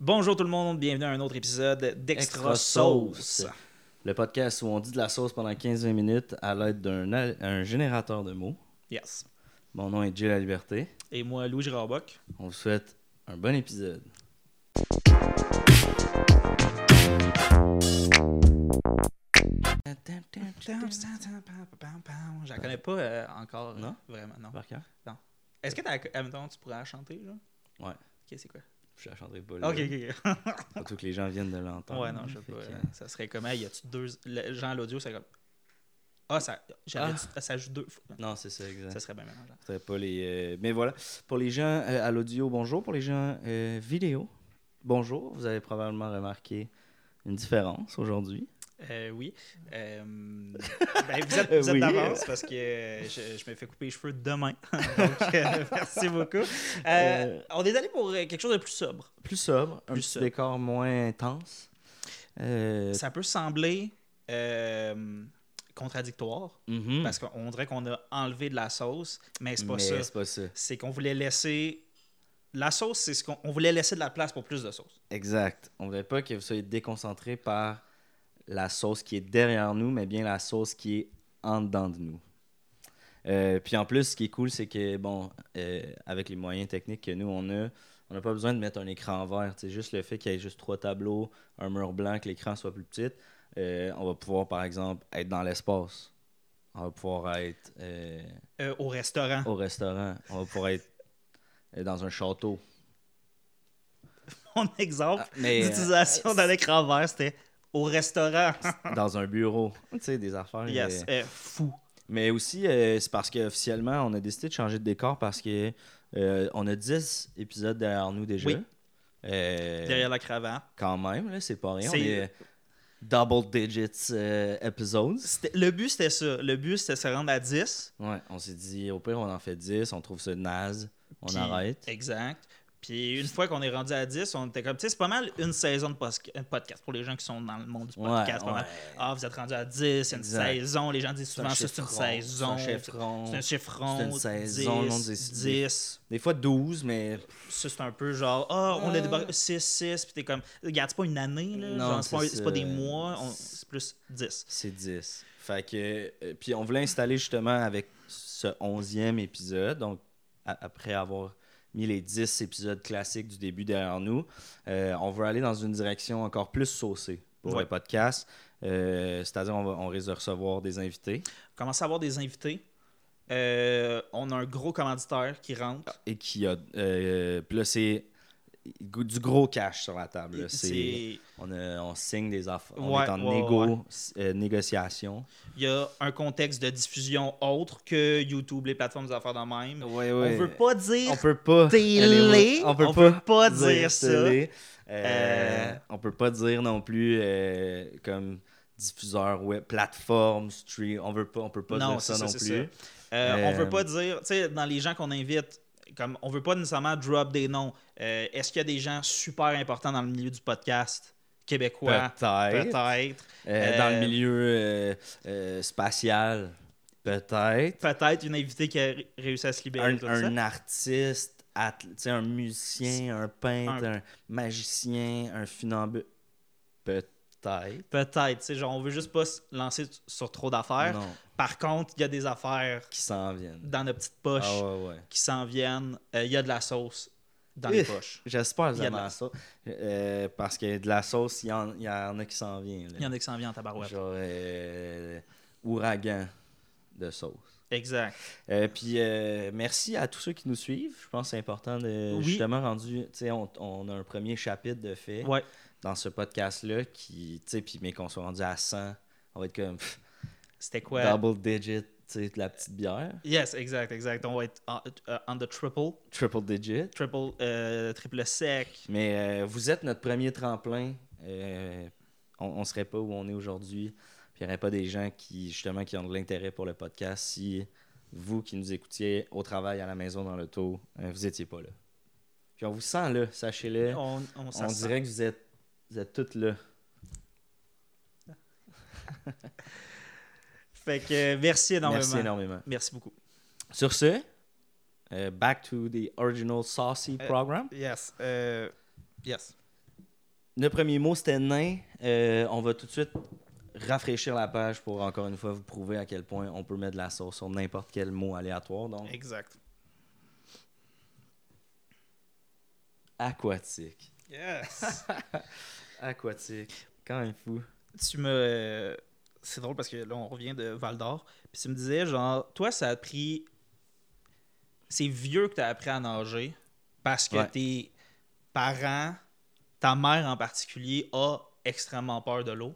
Bonjour tout le monde, bienvenue à un autre épisode d'Extra Sauce. Le podcast où on dit de la sauce pendant 15-20 minutes à l'aide d'un al- un générateur de mots. Yes. Mon nom est Jill La Liberté. Et moi, Louis Girarboc. On vous souhaite un bon épisode. Je la connais pas euh, encore. Non? euh, Vraiment, non. Par cœur? Est-ce que t'as. Admettons, tu pourrais la chanter, là Ouais. Ok, c'est quoi Je la chanterai pas. là. Ok, ok, Surtout que les gens viennent de ok. l'entendre. Ouais, non, je sais Fait pas. que, euh, Ça serait comment Y a-tu deux. le- Genre, l'audio, c'est comme. Ah, ça. J'avais Ah. dit- ah, ça joue deux fois. Non, c'est ça, exact. Ça serait bien mélangeant. Ce serait pas les, euh, Mais voilà. Pour les gens euh, à l'audio, bonjour. Pour les gens euh, vidéo, bonjour. Vous avez probablement remarqué une différence aujourd'hui. Euh, oui. Euh, ben, vous êtes, Euh, vous êtes oui. d'avance parce que euh, je, je me fais couper les cheveux demain. Donc, euh, merci beaucoup. Euh, Euh, On est allé pour euh, quelque chose de plus sobre. Plus sobre, un Plus petit sobre. décor moins intense. Euh, Ça peut sembler euh, contradictoire mhm. parce qu'on dirait qu'on a enlevé de la sauce, mais c'est pas Mais ça. C'est pas ça. C'est qu'on voulait laisser. La sauce, c'est ce qu'on on voulait laisser de la place pour plus de sauce. Exact. On ne voulait pas que vous soyez déconcentré par la sauce qui est derrière nous, mais bien la sauce qui est en dedans de nous. Euh, puis en plus, ce qui est cool, c'est que, bon, euh, avec les moyens techniques que nous, on a, on n'a pas besoin de mettre un écran vert. C'est juste le fait qu'il y ait juste trois tableaux, un mur blanc, que l'écran soit plus petit. euh, on va pouvoir, par exemple, être dans l'espace. On va pouvoir être euh, Euh, au restaurant. au restaurant. On va pouvoir être euh, dans un château. Mon exemple mais, euh, d'utilisation d'un écran vert, c'était au restaurant. dans un bureau. Tu sais, des affaires. euh, yes. Euh, fou. Mais aussi, euh, c'est parce qu'officiellement, on a décidé de changer de décor parce que euh, on a 10 épisodes derrière nous déjà. Oui. Euh, Derrière la cravate. Quand même, là, c'est pas rien. On C'est- est euh, double digits euh, episodes. C'était- Le but, c'était ça. Le but, c'était se rendre à 10. Ouais, on s'est dit, au pire, on en fait 10, on trouve ça naze, on puis- arrête. Exact. Puis une fois qu'on est rendu à 10, on était comme, tu sais, c'est pas mal une saison de posca- euh, podcast pour les gens qui sont dans le monde du Ouais, podcast. pas ouais. mal. Ah, vous êtes rendu à 10, c'est une Exact. saison. Les gens disent un souvent, ça, c'est une chiffron, saison. C'est un chiffron. C'est un chiffron. C'est une saison, non, 10, des- 10. Des fois 12, mais Ça, c'est un peu genre, ah, on Euh. a débarqué 6, 6. Puis t'es comme, regarde, c'est pas une année, là. Non, genre, c'est pas, c'est c'est pas des ça. mois. on- C'est plus 10. C'est 10. Fait que. euh, Puis on voulait installer justement avec ce 11e épisode, donc a- après avoir mis les 10 épisodes classiques du début derrière nous, euh, on veut aller dans une direction encore plus saucée pour Ouais. le podcast. Euh, C'est-à-dire, on, va- on risque de recevoir des invités On commence à avoir des invités. Euh, on a un gros commanditaire qui rentre. et qui a. euh, puis là, c'est du gros cash sur la table. là. C'est- C'est- On, a- on signe des affaires. On Ouais, est en ouais, négo- ouais. euh, négociation. Il y a un contexte de diffusion autre que YouTube, les plateformes des affaires de même. On veut pas dire. On peut pas. télé. On peut On pas, peut pas dire ça. télé. Euh, Euh, On peut pas dire non plus euh, comme diffuseur web, plateforme, stream. On veut pas, on peut pas Non, dire c'est ça, ça, non c'est plus. ça. euh, Euh, On veut pas dire. Tu sais, dans les gens qu'on invite, comme on veut pas nécessairement drop des noms. Euh, Est-ce qu'il y a des gens super importants dans le milieu du podcast québécois Peut-être. Peut-être. Euh, Dans Euh, le milieu euh, euh, spatial, peut-être. Peut-être une invitée qui a ré- réussi à se libérer. Un, de tout un ça. artiste, at- tu sais, un musicien, un peintre, un, magicien, un funambule. Peut-être. Peut-être. Tu sais, genre, on veut juste pas se lancer sur trop d'affaires. Non, Par contre, il y a des affaires qui s'en viennent. dans nos petites poches. Ah ouais, ouais. qui s'en viennent, euh, il y a de la sauce dans les Ugh. poches. J'espère Il que y vous a de avez la- la sauce. Euh, parce que de la sauce, il y en, il y en a qui s'en vient. là. Il y en a qui s'en viennent en tabarouette. Genre, euh, ouragan de sauce. Exact. Euh, puis, euh, merci à tous ceux qui nous suivent. Je pense que c'est important de Oui. justement rendu. Tu sais, on, on a un premier chapitre de fait Ouais. dans ce podcast-là. qui tu sais, Puis, mais qu'on soit rendu à 100, on va être comme pff, C'était quoi? double digit, tu sais, de la petite bière. Yes, exact, exact. On va être en, euh, on the triple, Triple digit. triple, euh, triple sec. Mais euh, vous êtes notre premier tremplin. Euh, on ne serait pas où on est aujourd'hui. Puis Il n'y aurait pas des gens qui, justement, qui ont de l'intérêt pour le podcast si vous qui nous écoutiez au travail, à la maison, dans l'auto, euh, vous n'étiez pas là. Puis on vous sent là, sachez-le. On, On, on, s'en sent. dirait que vous êtes, vous êtes toutes là. Fait que euh, merci énormément. Merci énormément. Merci beaucoup. Sur ce, euh, back to the original saucy Euh, program. Yes. euh, yes. le premier mot, c'était nain. Euh, on va tout de suite rafraîchir la page pour, encore une fois, vous prouver à quel point on peut mettre de la sauce sur n'importe quel mot aléatoire. Donc, Exact. aquatique. Yes! Aquatique. Quand même fou. tu me. C'est drôle parce que là, on revient de Val d'Or. Puis tu me disais, genre, toi, ça a pris. C'est vieux que tu as appris à nager parce que Ouais. tes parents, ta mère en particulier, a extrêmement peur de l'eau.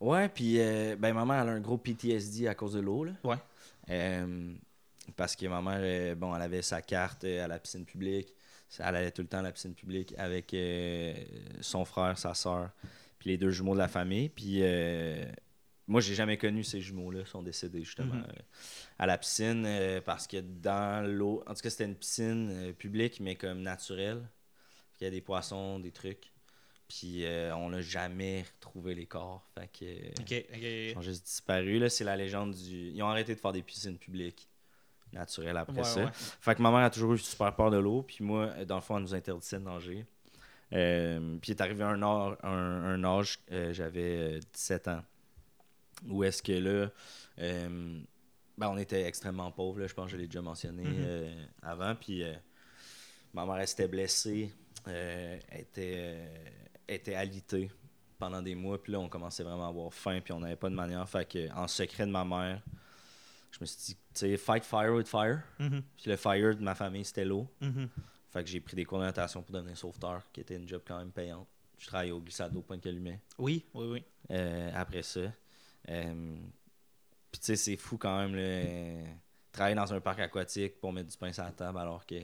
Ouais, puis euh, ben, ma mère, elle a un gros PTSD à cause de l'eau. là. Ouais. Euh, parce que ma mère, euh, bon, elle avait sa carte euh, à la piscine publique. Ça- Elle allait tout le temps à la piscine publique avec euh, son frère, sa soeur, puis les deux jumeaux de la famille. Puis euh, moi, j'ai jamais connu ces jumeaux-là. Ils sont décédés justement Mhm. euh, à la piscine euh, parce que dans l'eau, en tout cas, c'était une piscine euh, publique, mais comme naturelle. Il y a des poissons, des trucs. Puis euh, on n'a jamais retrouvé les corps. Fait que, euh, Ok, ils ok. ont juste disparu. Là, c'est la légende du. Ils ont arrêté de faire des piscines publiques naturelles après Ouais, ça. ouais. Fait que ma mère a toujours eu super peur de l'eau. Puis moi, euh, dans le fond, elle nous interdisait de nager. Euh, puis il est arrivé un, or- un, un âge, euh, j'avais euh, 17 ans, où est-ce que là, euh, ben, on était extrêmement pauvres, là, je pense que je l'ai déjà mentionné Mhm. euh, avant. Puis euh, ma mère, elle s'était blessée, euh, elle était, euh, elle était alitée pendant des mois. Puis là, on commençait vraiment à avoir faim, puis on n'avait pas de manière. Fait que, en secret de ma mère, je me suis dit, tu sais, fight fire with fire. Mhm, Puis le fire de ma famille, c'était l'eau. mhm. Fait que j'ai pris des cours de natation pour devenir sauveteur, qui était une job quand même payante. Je travaillais au glissade d'eau Pointe-Calumet Oui, oui, oui. euh, après ça. Euh, Puis tu sais, c'est fou quand même, là, travailler dans un parc aquatique pour mettre du pain sur la table alors que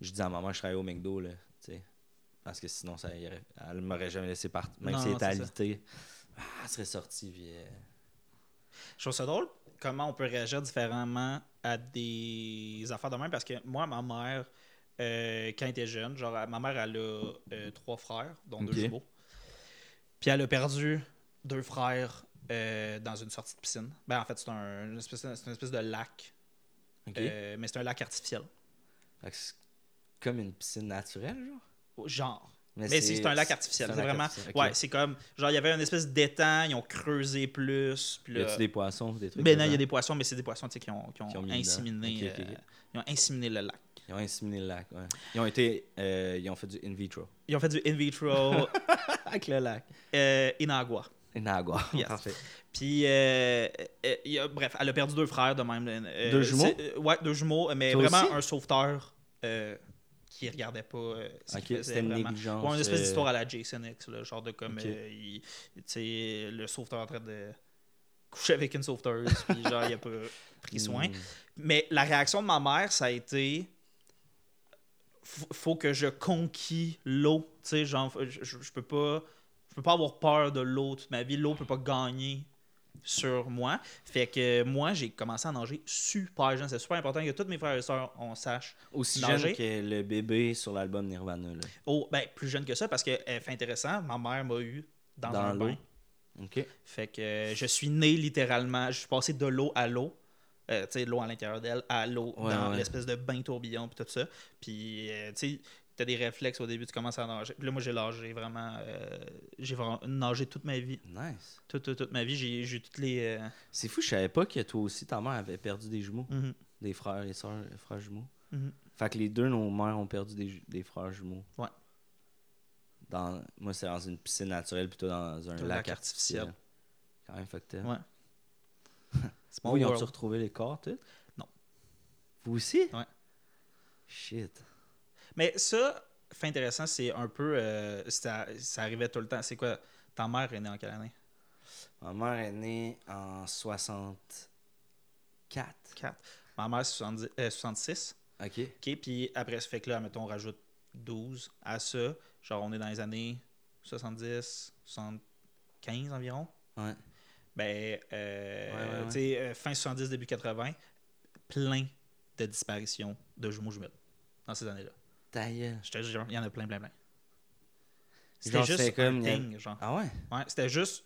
je dis à maman, je travaille au McDo, là, tu sais. Parce que sinon, ça irait- elle ne m'aurait jamais laissé partir. Même Non, si elle était c'est ça. alitée, ah, elle serait sortie. Puis, euh, Je trouve ça drôle comment on peut réagir différemment à des affaires de même parce que moi, ma mère, euh, quand elle était jeune, genre elle- ma mère, elle a euh, trois frères, dont Ok. deux jumeaux. Puis elle a perdu deux frères euh, dans une sortie de piscine. Ben, en fait, c'est un, une espèce, c'est une espèce de lac, ok. euh, mais c'est un lac artificiel. Fait que c'est comme une piscine naturelle, genre. Genre. Mais c'est c'est un lac artificiel. un C'est lac vraiment. artificiel, ok. Ouais, c'est comme. Genre, il y avait une espèce d'étang, ils ont creusé plus. Puis Y là- a-tu des poissons, des trucs Ben non, il y a dedans? des poissons, mais c'est des poissons tu sais, qui ont, qui ont Qui ont mis dedans. inséminé, Ok, ok, euh, ok. ils ont inséminé le lac. Ils ont inséminé le lac, ouais. Ils ont été... euh, ils ont fait du in vitro. Ils ont fait du in vitro Avec le lac. euh, in agua. Une agua. Yes. Parfait. Puis, euh, euh, il y a- bref, elle a perdu deux frères de même. euh, Deux jumeaux? c'est- euh, ouais, deux jumeaux, mais Toi vraiment aussi? un sauveteur euh, qui regardait pas euh, ce Ok, qu'il faisait c'était une vraiment. négligence. Ouais, une espèce euh, d'histoire à la Jason X, là, genre de comme ok. euh, il- tu sais, le sauveteur en train de coucher avec une sauveteuse, puis genre il a pas pris soin. hmm. Mais la réaction de ma mère, ça a été F- faut que je conquis l'eau, tu sais genre je, je- je peux pas je peux pas avoir peur de l'eau toute ma vie, l'eau peut pas gagner sur moi. Fait que moi j'ai commencé à nager super jeune, c'est super important que tous mes frères et sœurs on sache. Aussi Danger. jeune que le bébé sur l'album Nirvana. Là. Oh ben plus jeune que ça parce que euh, fait intéressant, ma mère m'a eu dans, Dans un l'eau. bain. OK. Fait que euh, je suis né littéralement, je suis passé de l'eau à l'eau, euh, tu sais, l'eau à l'intérieur d'elle, à l'eau Ouais, dans ouais. l'espèce de bain tourbillon puis tout ça. Puis, euh, tu sais, t'as des réflexes au début, tu commences à nager. Puis là, moi, j'ai nagé vraiment, euh, j'ai vraiment nagé toute ma vie, Nice. toute, toute, toute ma vie, j'ai j'ai eu toutes les... euh, C'est fou, je savais pas que toi aussi, ta mère avait perdu des jumeaux. mhm, Des frères et sœurs, euh, frères jumeaux. mhm. Fait que les deux, nos mères ont perdu des, ju- des frères jumeaux. Ouais. Dans, moi, c'est dans une piscine naturelle, plutôt dans un Un lac, lac artificiel. artificiel. Quand même, fucked up. Ouais. C'est mon Vous, ils ont-tu world. retrouvé les corps, tout? Non. Vous aussi? Ouais. Shit. Mais ça, fait intéressant, c'est un peu, euh, ça, ça arrivait tout le temps. C'est quoi, ta mère est née en quelle année? Ma mère est née en 64. 4. Ma mère, c'est 70 euh, 66. OK. OK, puis après ce fait que là, mettons, on rajoute 12 à ça. Genre, on est dans les années 70, 75 environ. Ouais. Ben, Ouais, ouais, euh, ouais. tu sais, euh, fin 70, début 80, plein de disparitions de jumeaux jumelles dans ces années-là. Ta gueule. Je te jure, il y en a plein, plein, plein. C'était Genre, juste c'était comme, un il y a- thing, genre. Ah ouais? Ouais, c'était juste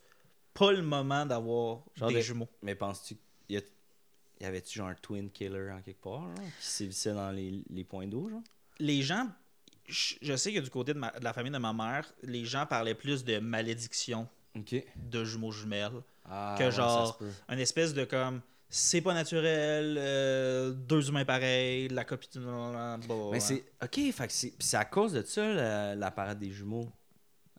pas le moment d'avoir Genre des des- jumeaux. Mais penses-tu qu'il y, a- y avait-tu genre un twin killer en quelque part, genre, qui sévissait dans les, les points d'eau, genre? les gens je je sais que du côté de, ma- de la famille de ma mère, les gens parlaient plus de malédiction Ok. de jumeaux jumelles. Ah, Que ouais, ça genre- se peut. Un espèce de comme c'est pas naturel, euh, deux humains pareils, la copie. blablabla, blablabla. Mais c'est. Ok, fait que c'est puis c'est à cause de ça la, la parade des jumeaux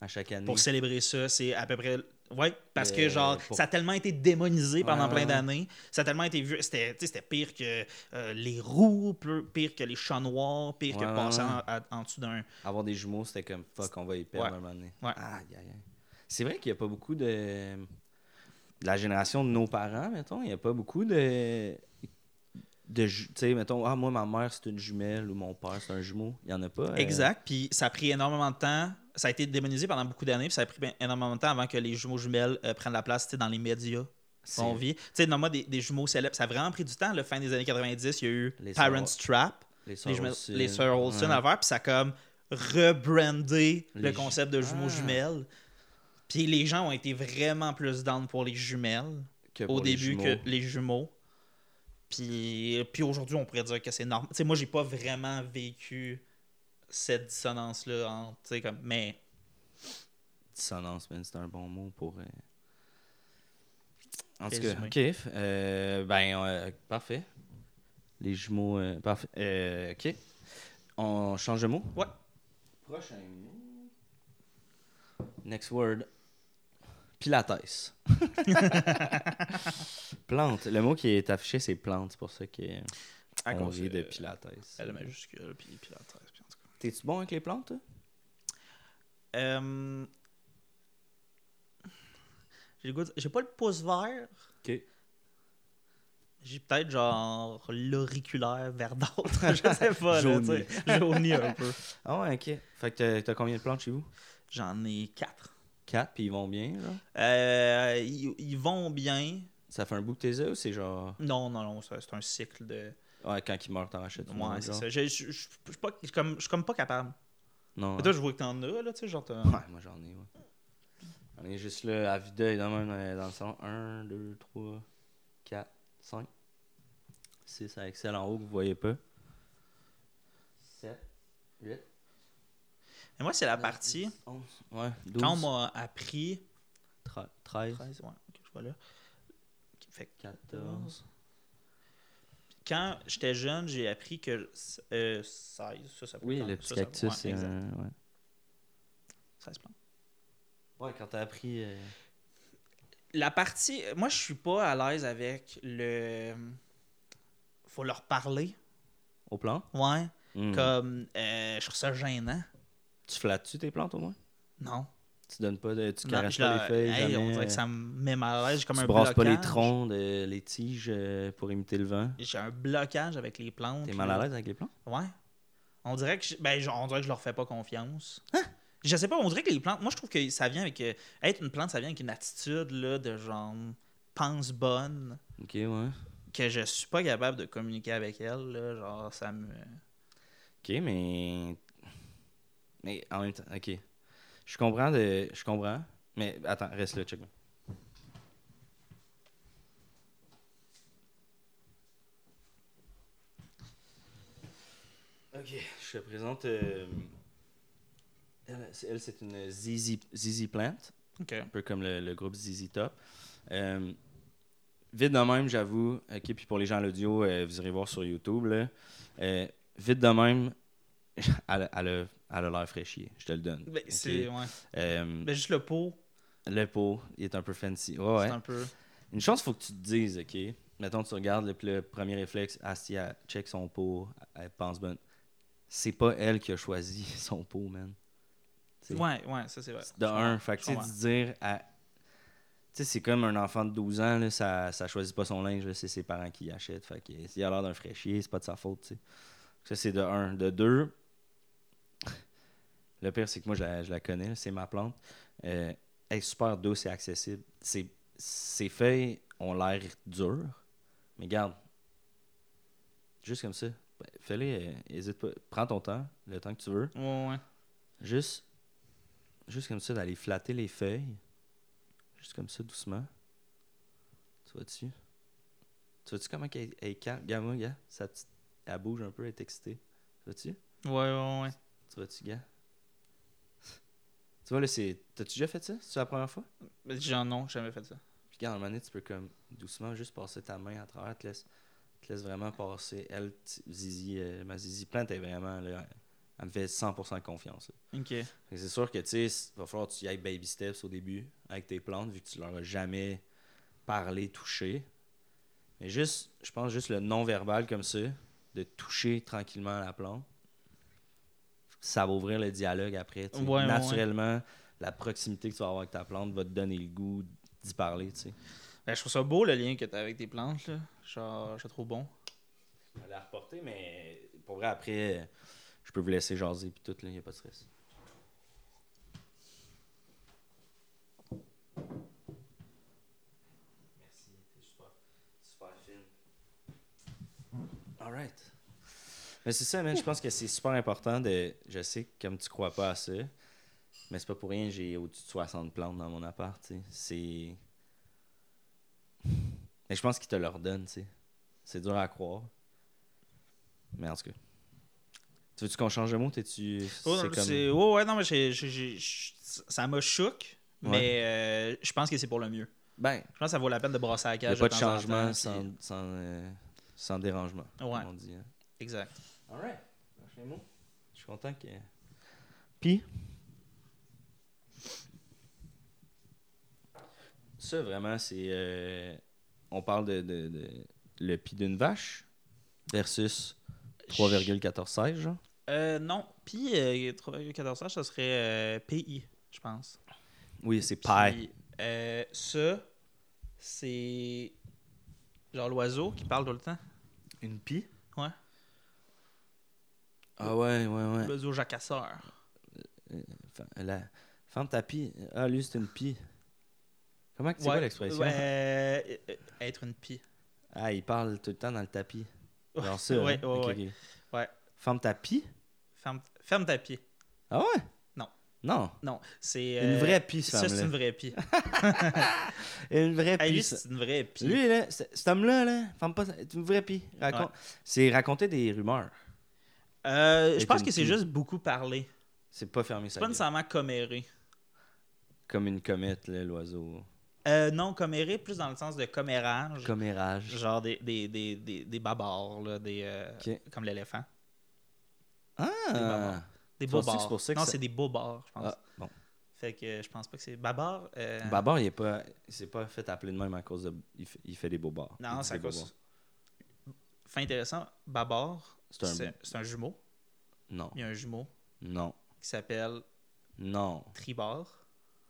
à chaque année. Pour célébrer ça, c'est à peu près. Ouais, parce que Euh, genre, pour- ça a tellement été démonisé pendant Ouais, plein ouais. d'années, ça a tellement été vu. C'était tu sais, c'était pire que euh, les roues, plus- pire que les chats noirs, pire Ouais, que ouais, passer ouais. en, à- en dessous d'un. Avoir des jumeaux, c'était comme fuck, on va y perdre Ouais. à un moment donné. Ouais. Aïe, aïe, aïe. C'est vrai qu'il n'y a pas beaucoup de. De la génération de nos parents, mettons, il n'y a pas beaucoup de. de ju- tu sais, mettons, ah, moi, ma mère, c'est une jumelle ou mon père, c'est un jumeau. Il n'y en a pas. euh, Exact. Puis ça a pris énormément de temps. Ça a été démonisé pendant beaucoup d'années. Puis ça a pris ben- énormément de temps avant que les jumeaux jumelles euh, prennent la place tu sais, dans les médias. c'est- qu'on vit. Tu sais, normalement, des, des jumeaux célèbres, ça a vraiment pris du temps. Le fin des années 90, il y a eu Les Parents sœurs- Trap, Les sœurs les, jumelles- Olsen. les sœurs Olsen Ouais. à faire, puis ça a comme rebrandé Les le ju- concept de jumeaux Ah. jumelles. Puis les gens ont été vraiment plus down pour les jumelles Que au pour les début jumeaux. que les jumeaux. Puis, puis aujourd'hui, on pourrait dire que c'est normal. Tu sais, moi, j'ai pas vraiment vécu cette dissonance-là. en- tu sais, comme, mais Dissonance, man, c'est un bon mot pour. euh, En tout cas, Résumer. ok. f- euh, ben, euh, parfait. Les jumeaux, euh, parfait. Euh, ok. On change de mot Ouais. Prochain mot. Next word. Pilates. plante. Le mot qui est affiché, c'est plante. C'est pour ça qu'on à cause rit de euh, Pilates. L majuscule, puis Pilates, puis en tout cas. T'es-tu bon avec les plantes, toi? Euh, J'ai le goût de- j'ai pas le pouce vert. Ok. J'ai peut-être genre l'auriculaire verdâtre. je sais pas. là, tu sais. Jauni un peu. Ah ouais, ok. Fait que t'as- t'as combien de plantes chez vous J'en ai quatre. Quatre, puis ils vont bien, genre. Euh, ils, ils vont bien. Ça fait un bout que t'es là ou c'est genre. Non, non, non, ça, c'est un cycle de. Ouais, quand il meurt, t'en rachètes une Ouais, autre, c'est genre? ça. Je je- je- je suis pas- je suis comme, je suis comme pas capable. Non. Mais toi, je vois que t'en as, là, tu sais, genre. t'as- ouais. Ouais, moi j'en ai, ouais. J'en ai juste là, à vide et dans le dans le salon. 1, 2, 3, 4, 5. 6 avec celle en haut que vous voyez pas. 7, 8. Mais moi, c'est la partie. 11, ouais, 12. Quand on m'a appris. 13, 13, ouais, ok, je vois là. Fait que 14. quand j'étais jeune, j'ai appris que euh, 16, ça, ça peut Oui, prendre- le ça, petit ça- cactus, ouais, c'est exact. un- ouais. 16 plantes. Ouais, quand t'as appris. euh, La partie. Moi, je suis pas à l'aise avec le. Faut leur parler. aux plantes. Ouais. Hmm. Comme. euh, je trouve ça gênant. Tu flattes-tu tes plantes au moins Non. Tu donnes pas de. Tu Non, caresses je pas leur- les feuilles. Hey, on jamais, dirait euh, que ça me met mal à l'aise. J'ai comme tu un brasses blocage. pas les troncs, de- les tiges euh, pour imiter le vent. J'ai un blocage avec les plantes. T'es mal à l'aise avec les plantes? Ouais. On dirait que je, ben, je- on dirait que je leur fais pas confiance. Hein? Je sais pas, on dirait que les plantes, moi je trouve que ça vient avec euh, être une plante, ça vient avec une attitude là de genre pense bonne Ok, ouais. que je suis pas capable de communiquer avec elle là, genre ça me Ok, mais. Mais en même temps, ok. Je comprends, de... je comprends. Mais attends, reste là, check. bien. Ok, je te présente. euh, Elle, c'est- elle, c'est une zizi, zizi plant. OK. Ben, un peu comme le, le groupe ZZ Top. Euh, vite de même, j'avoue. OK, puis pour les gens à l'audio, euh, vous irez voir sur YouTube. là. Euh, vite de même, elle, elle a- elle a l'air fraîchier, je te le donne. Ben, OK? c'est ouais. Euh, Ben, juste le pot, le pot, il est un peu fancy. Ouais, ouais. c'est un peu Une chose, faut que tu te dises, OK? Mettons, tu regardes le, le premier réflexe, Asti, elle check son pot, elle pense bonne. C'est pas elle qui a choisi son pot, man. C'est- Ouais, ouais, ça c'est vrai. de un. Fait que, je tu sais, comprends. de dire à. Tu sais, c'est comme un enfant de 12 ans, là, ça, ça choisit pas son linge, là, c'est ses parents qui achètent. Fait que s'il a l'air d'un fraîchier, c'est pas de sa faute, tu sais. Ça, c'est de un. De deux, le pire, c'est que moi, je la, je la connais, là, c'est ma plante. Euh, elle est super douce et accessible. Ses, ses feuilles ont l'air dures, mais garde, juste comme ça. Ben, Fais-les, euh, hésite pas. Prends ton temps, le temps que tu veux. Ouais, ouais. Juste, juste comme ça, d'aller flatter les feuilles. Juste comme ça, doucement. Tu vois-tu? Tu vois-tu comment elle, elle est calme? Regarde-moi, regarde. Sa petite- elle bouge un peu, elle est excitée. Tu vois-tu? Ouais, ouais, ouais. Tu Tu vas-tu, gars? Tu vois, là, c'est. T'as-tu déjà fait ça? C'est la première fois? Mais J'en ai jamais fait ça. Puis, gars, en manette, tu peux comme doucement juste passer ta main à travers, te laisse, te laisse vraiment passer. Elle, t- Zizi, euh, ma Zizi Plante est vraiment. Là, elle me fait 100% confiance. là. Ok. Fait que C'est sûr que tu sais, c- va falloir que tu y ailles baby steps au début avec tes plantes, vu que tu leur as jamais parlé, touché. Mais juste, je pense juste le non-verbal comme ça, de toucher tranquillement la plante, ça va ouvrir le dialogue après. tu sais. Ouais, ouais, ouais. Naturellement, la proximité que tu vas avoir avec ta plante va te donner le goût d'y parler. tu sais. Ben, je trouve ça beau le lien que t'as avec tes plantes. Là. Genre, je le trouve bon. Je vais la reporter, mais pour vrai, après, euh, je peux vous laisser jaser puis tout, là, y a pas de stress. Merci, t'es super, super fine. Alright. Mais c'est ça, man, je pense que c'est super important de. Je sais que comme tu crois pas à ça, mais c'est pas pour rien, que j'ai au-dessus de 60 plantes dans mon appart, tu sais. C'est. Mais je pense qu'ils te leur donnent, tu sais. C'est dur à croire. Mais en tout cas. Tu veux-tu qu'on change de mot? T'es-tu. Oh, non, c'est comme- c'est- ouais, ouais, non, mais j'ai- j'ai- j'ai- j- ça m'a choqué, Ouais. mais euh, je pense que c'est pour le mieux. Ben, Je pense que ça vaut la peine de brasser la il n'y a cage. pas de temps en changement temps, sans, puis- sans, euh, sans dérangement. comme Ouais. on dit, hein. Exact. Alright. Prochain mot. Je suis content que. Puis. Ça, vraiment, c'est. euh, on parle de, de- de- le pis d'une vache versus 3,1416, genre. Euh, non, puis euh, 3,14 ça serait euh, PI, je pense. Oui, c'est Puis, paille. euh, ça, c'est genre l'oiseau qui parle tout le temps. Une pie Ouais. Ah ouais, ouais, ouais. L'oiseau jacasseur. Fa- La... Ferme ta pie. Ah, lui, c'est une pie. Comment que tu Ouais, vois l'expression ouais, euh, euh, être une pie. Ah, il parle tout le temps dans le tapis. Genre ça. Ouais, hein? ouais, Ok, ouais. ok. Ouais. Ferme ta pie Ferme, ferme ta pie. Ah ouais Non. Non. Non, c'est. Une euh, vraie pie, ce Ça, c'est une femme-là. vraie pie. Une... vraie Hey, pie. lui, ça. c'est une vraie pie. Lui, là, c- cet homme-là, là, ferme pas. C'est une vraie pie. Raconte... C'est raconter des rumeurs. Euh, je Être pense une que c'est pie. juste beaucoup parler. C'est pas fermer sa C'est pas gueule. nécessairement comméré. Comme une comète, là, l'oiseau. Euh, non, comméré plus dans le sens de commérage. Commérage. Genre des, des, des, des, des babards, là, des, euh, Ok. comme l'éléphant. Ah. Des Tu penses-tu bobards. que c'est pour ça que non, ça- c'est des bobards, je pense. Ah, bon. Fait que je pense pas que c'est. Babar. euh, Babar, il est pas, il s'est pas fait appeler de même à cause de. Il fait, il fait des beaux bars. Non, c'est ça cause. Fait intéressant, Babar, C'est un- c'est c'est un... jumeau. Non, Il y a un jumeau non, qui s'appelle non. Tribar.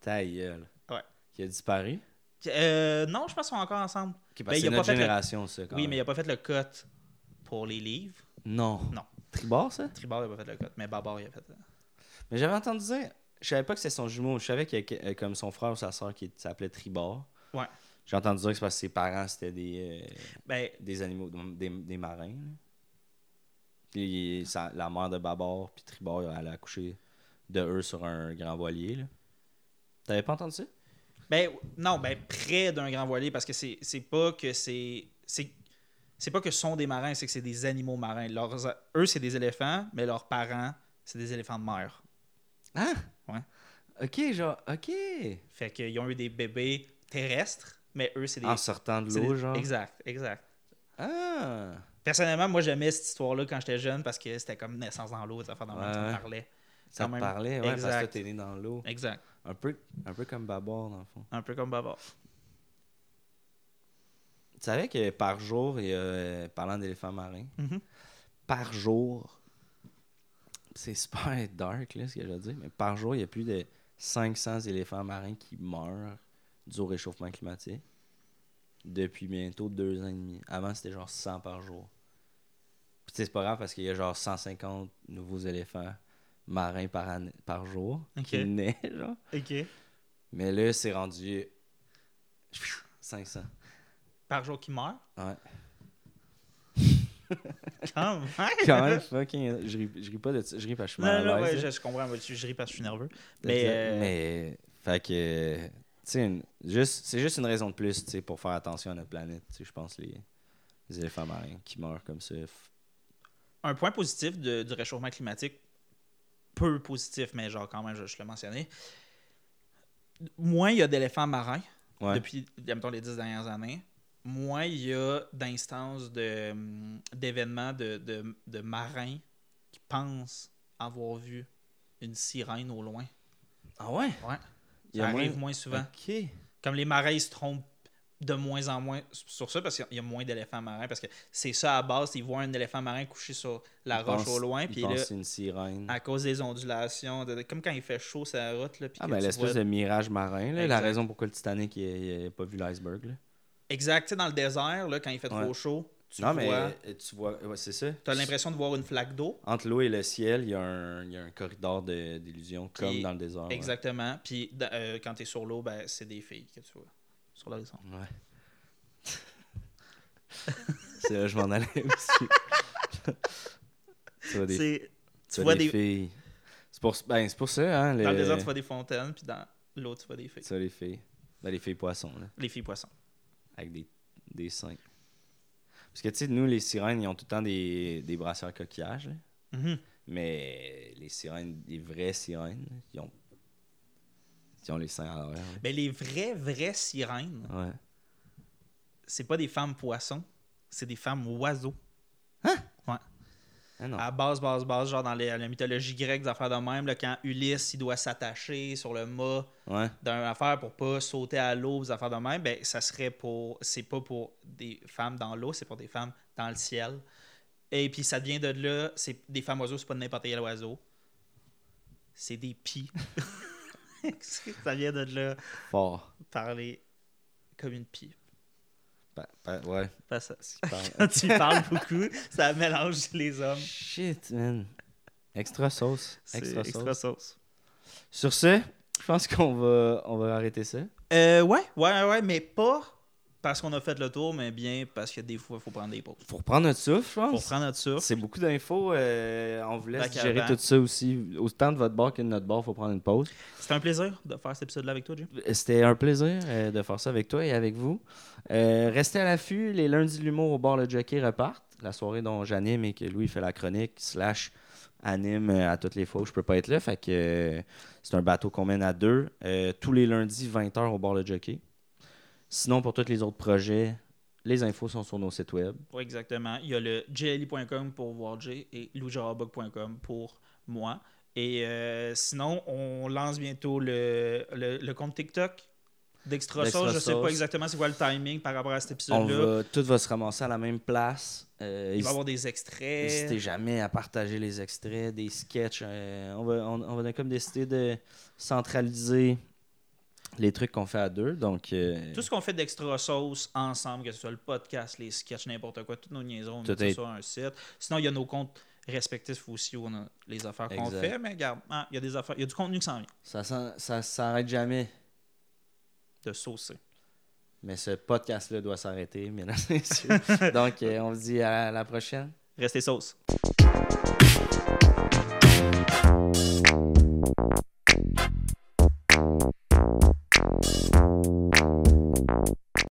Ta gueule. Ouais. Qui a disparu. Euh, non, je pense qu'ils sont encore ensemble. Qui Ben, il a c'est pas notre fait le- génération, ça. Quand oui, même. mais il a pas fait le cut pour les livres. Non. Non. Tribord, ça Tribord, il a pas fait le cut, mais Babar, il a fait ça. Mais j'avais entendu dire. Je savais pas que c'était son jumeau. Je savais qu'il y a que- euh, comme son frère ou sa soeur qui s'appelait Tribord. Ouais. J'ai entendu dire que c'est parce que ses parents, c'était des, euh, Ben, des animaux, des, des marins. là. Puis sa- la mère de Babar puis Tribord, elle a accouché de eux sur un grand voilier. là. T'avais pas entendu ça? ben, non, ben, près d'un grand voilier, parce que c'est c'est pas que c'est. c'est- C'est pas que sont des marins, c'est que c'est des animaux marins. Leurs, eux, c'est des éléphants, mais leurs parents, c'est des éléphants de mer. Hein? Ouais. Ok, genre, ok. Fait qu'ils ont eu des bébés terrestres, mais eux, c'est des. En sortant de c'est l'eau, des- genre. Exact, exact. Ah! Personnellement, moi, j'aimais cette histoire-là quand j'étais jeune parce que c'était comme naissance dans l'eau, des affaires dans le Ouais, même, ça me ouais. parlait. Ça Quand me même. parlait, ouais, parce Exact. que toi, t'es né dans l'eau. Exact. Un peu, un peu comme Babar, dans le fond. Un peu comme Babar. Tu savais que par jour, il y a, euh, parlant d'éléphants marins, Mhm. par jour, c'est super dark, là, ce que je veux dire, mais par jour, il y a plus de 500 éléphants marins qui meurent dû au réchauffement climatique depuis bientôt deux ans et demi. Avant, c'était genre 100 par jour. Puis, tu sais, c'est pas grave parce qu'il y a genre 150 nouveaux éléphants marins par, année- par jour qui Ok. naissent, genre. OK. Mais là, c'est rendu 500. Par jour qui meurt. Ouais. Quand même. Quand même, hein. fucking. Je ris, je ris pas de ça. Je ris parce que je suis Non, mal non, à ouais, l'aise. je, là. je comprends. moi, Je, je ris parce que je suis nerveux. Fait que Mais, là, euh, mais, Fait que. Tu sais, une- juste, c'est juste une raison de plus tu sais, pour faire attention à notre planète. tu sais, Je pense les, les éléphants marins qui meurent comme ça. F- un point positif de- du réchauffement climatique, peu positif, mais genre quand même, je, je l'ai mentionné. Moins il y a d'éléphants marins Ouais. depuis, mettons, les dix dernières années, moins il y a d'instances de, hum, d'événements de, de, de marins qui pensent avoir vu une sirène au loin. Ah ouais? Ouais. Il y a Ça arrive moins- moins souvent. Ok. Comme les marins ils se trompent de moins en moins sur ça parce qu'il y a moins d'éléphants marins. Parce que c'est ça à base, ils voient un éléphant marin couché sur la Ils roche pensent- au loin. ils Puis pensent là, Ah, que c'est une sirène. à cause des ondulations, de- comme quand il fait chaud sur la route. Là, puis Ah, que ben tu l'espèce vois- de mirage marin, là, la Exact. raison pourquoi le Titanic n'a pas vu l'iceberg. là. Exact, tu sais, dans le désert, là, quand il fait trop Ouais. chaud, tu Non, vois, mais euh, tu vois, ouais, c'est ça. tu as l'impression de voir une flaque d'eau. Entre l'eau et le ciel, il y a un, il y a un corridor de- d'illusion, Qui comme est- dans le désert. Ah, ouais. Exactement. Puis da- euh, quand tu es sur l'eau, ben, c'est des filles que tu vois sur l'horizon. Ouais. c'est là que je m'en allais aussi. tu vois des, C'est- tu Tu vois vois des des. filles. C'est pour, ben, c'est pour ça, hein. Dans le les- désert, tu vois des fontaines, puis dans l'eau, tu vois des filles. tu vois les filles. Ben, les filles poissons, là. Les filles poissons. avec des, des seins. Parce que, tu sais, nous, les sirènes, ils ont tout le temps des, des brassières coquillages. là. Mhm. Mais les sirènes, les vraies sirènes, là, ils ont, ils ont les seins à l'envers. là. Ben, les vraies, vraies sirènes, Ouais. c'est pas des femmes poissons, c'est des femmes oiseaux. Ah non. À base, base, base, genre dans les- la mythologie grecque, des affaires de même, là, quand Ulysse, il doit s'attacher sur le mât Ouais. d'une affaire pour pas sauter à l'eau, des affaires de même, ben, ça serait pour. C'est pas pour des femmes dans l'eau, c'est pour des femmes dans le ciel. Et puis ça vient de là, c'est des femmes oiseaux, c'est pas n'importe quel oiseau. C'est des pies. ça vient de là, Fort. parler comme une pie. Pa- pa- Ben, ouais. Parce que- c'est pas- quand tu parles beaucoup, ça mélange les hommes. Shit, man. Extra sauce. C'est Extra sauce. sauce. Sur ce, je pense qu'on va, on va arrêter ça. Euh, ouais, ouais, ouais, mais pas parce qu'on a fait le tour, mais bien parce que des fois, il faut prendre des pauses. Faut reprendre notre souffle, je Pour pense. prendre notre souffle. C'est beaucoup d'infos. euh, on vous laisse Bac à gérer blanc. tout ça aussi. Autant de votre bord que de notre bord, faut prendre une pause. C'était un plaisir de faire cet épisode-là avec toi, Jim. C'était un plaisir euh, de faire ça avec toi et avec vous. Euh, restez à l'affût. Les lundis de l'humour au bar Le Jockey repartent. La soirée dont j'anime et que Louis fait la chronique, slash anime euh, à toutes les fois où je peux pas être là. Fait que euh, c'est un bateau qu'on mène à deux. Euh, tous les lundis, 20h au bar Le Jockey. Sinon, pour tous les autres projets, les infos sont sur nos sites web. Oui, exactement. Il y a le jelly.com pour voir Jay et loujarabug.com pour moi. Et euh, sinon, on lance bientôt le, le, le compte TikTok d'Extra D'Extra Sauce. Je sais Sauce. pas exactement c'est quoi le timing par rapport à cet On épisode-là. va, tout va se ramasser à la même place. Euh, Il va y hési- avoir des extraits. N'hésitez jamais à partager les extraits, des sketchs. euh, on, va, on, on va comme décider de centraliser les trucs qu'on fait à deux. Donc, euh, Tout ce qu'on fait d'extra sauce ensemble, que ce soit le podcast, les sketchs, n'importe quoi, toutes nos niaiseries, on Tout met ça est- sur un site. Sinon, il y a nos comptes respectifs aussi où on a les affaires qu'on Exact. fait, mais regarde, hein, il y a des affaires, il y a du contenu qui s'en vient ça s'en- ça s'arrête jamais. de saucer. Mais ce podcast-là doit s'arrêter, mesdames et messieurs. Donc, euh, on vous dit à la prochaine. Restez sauce.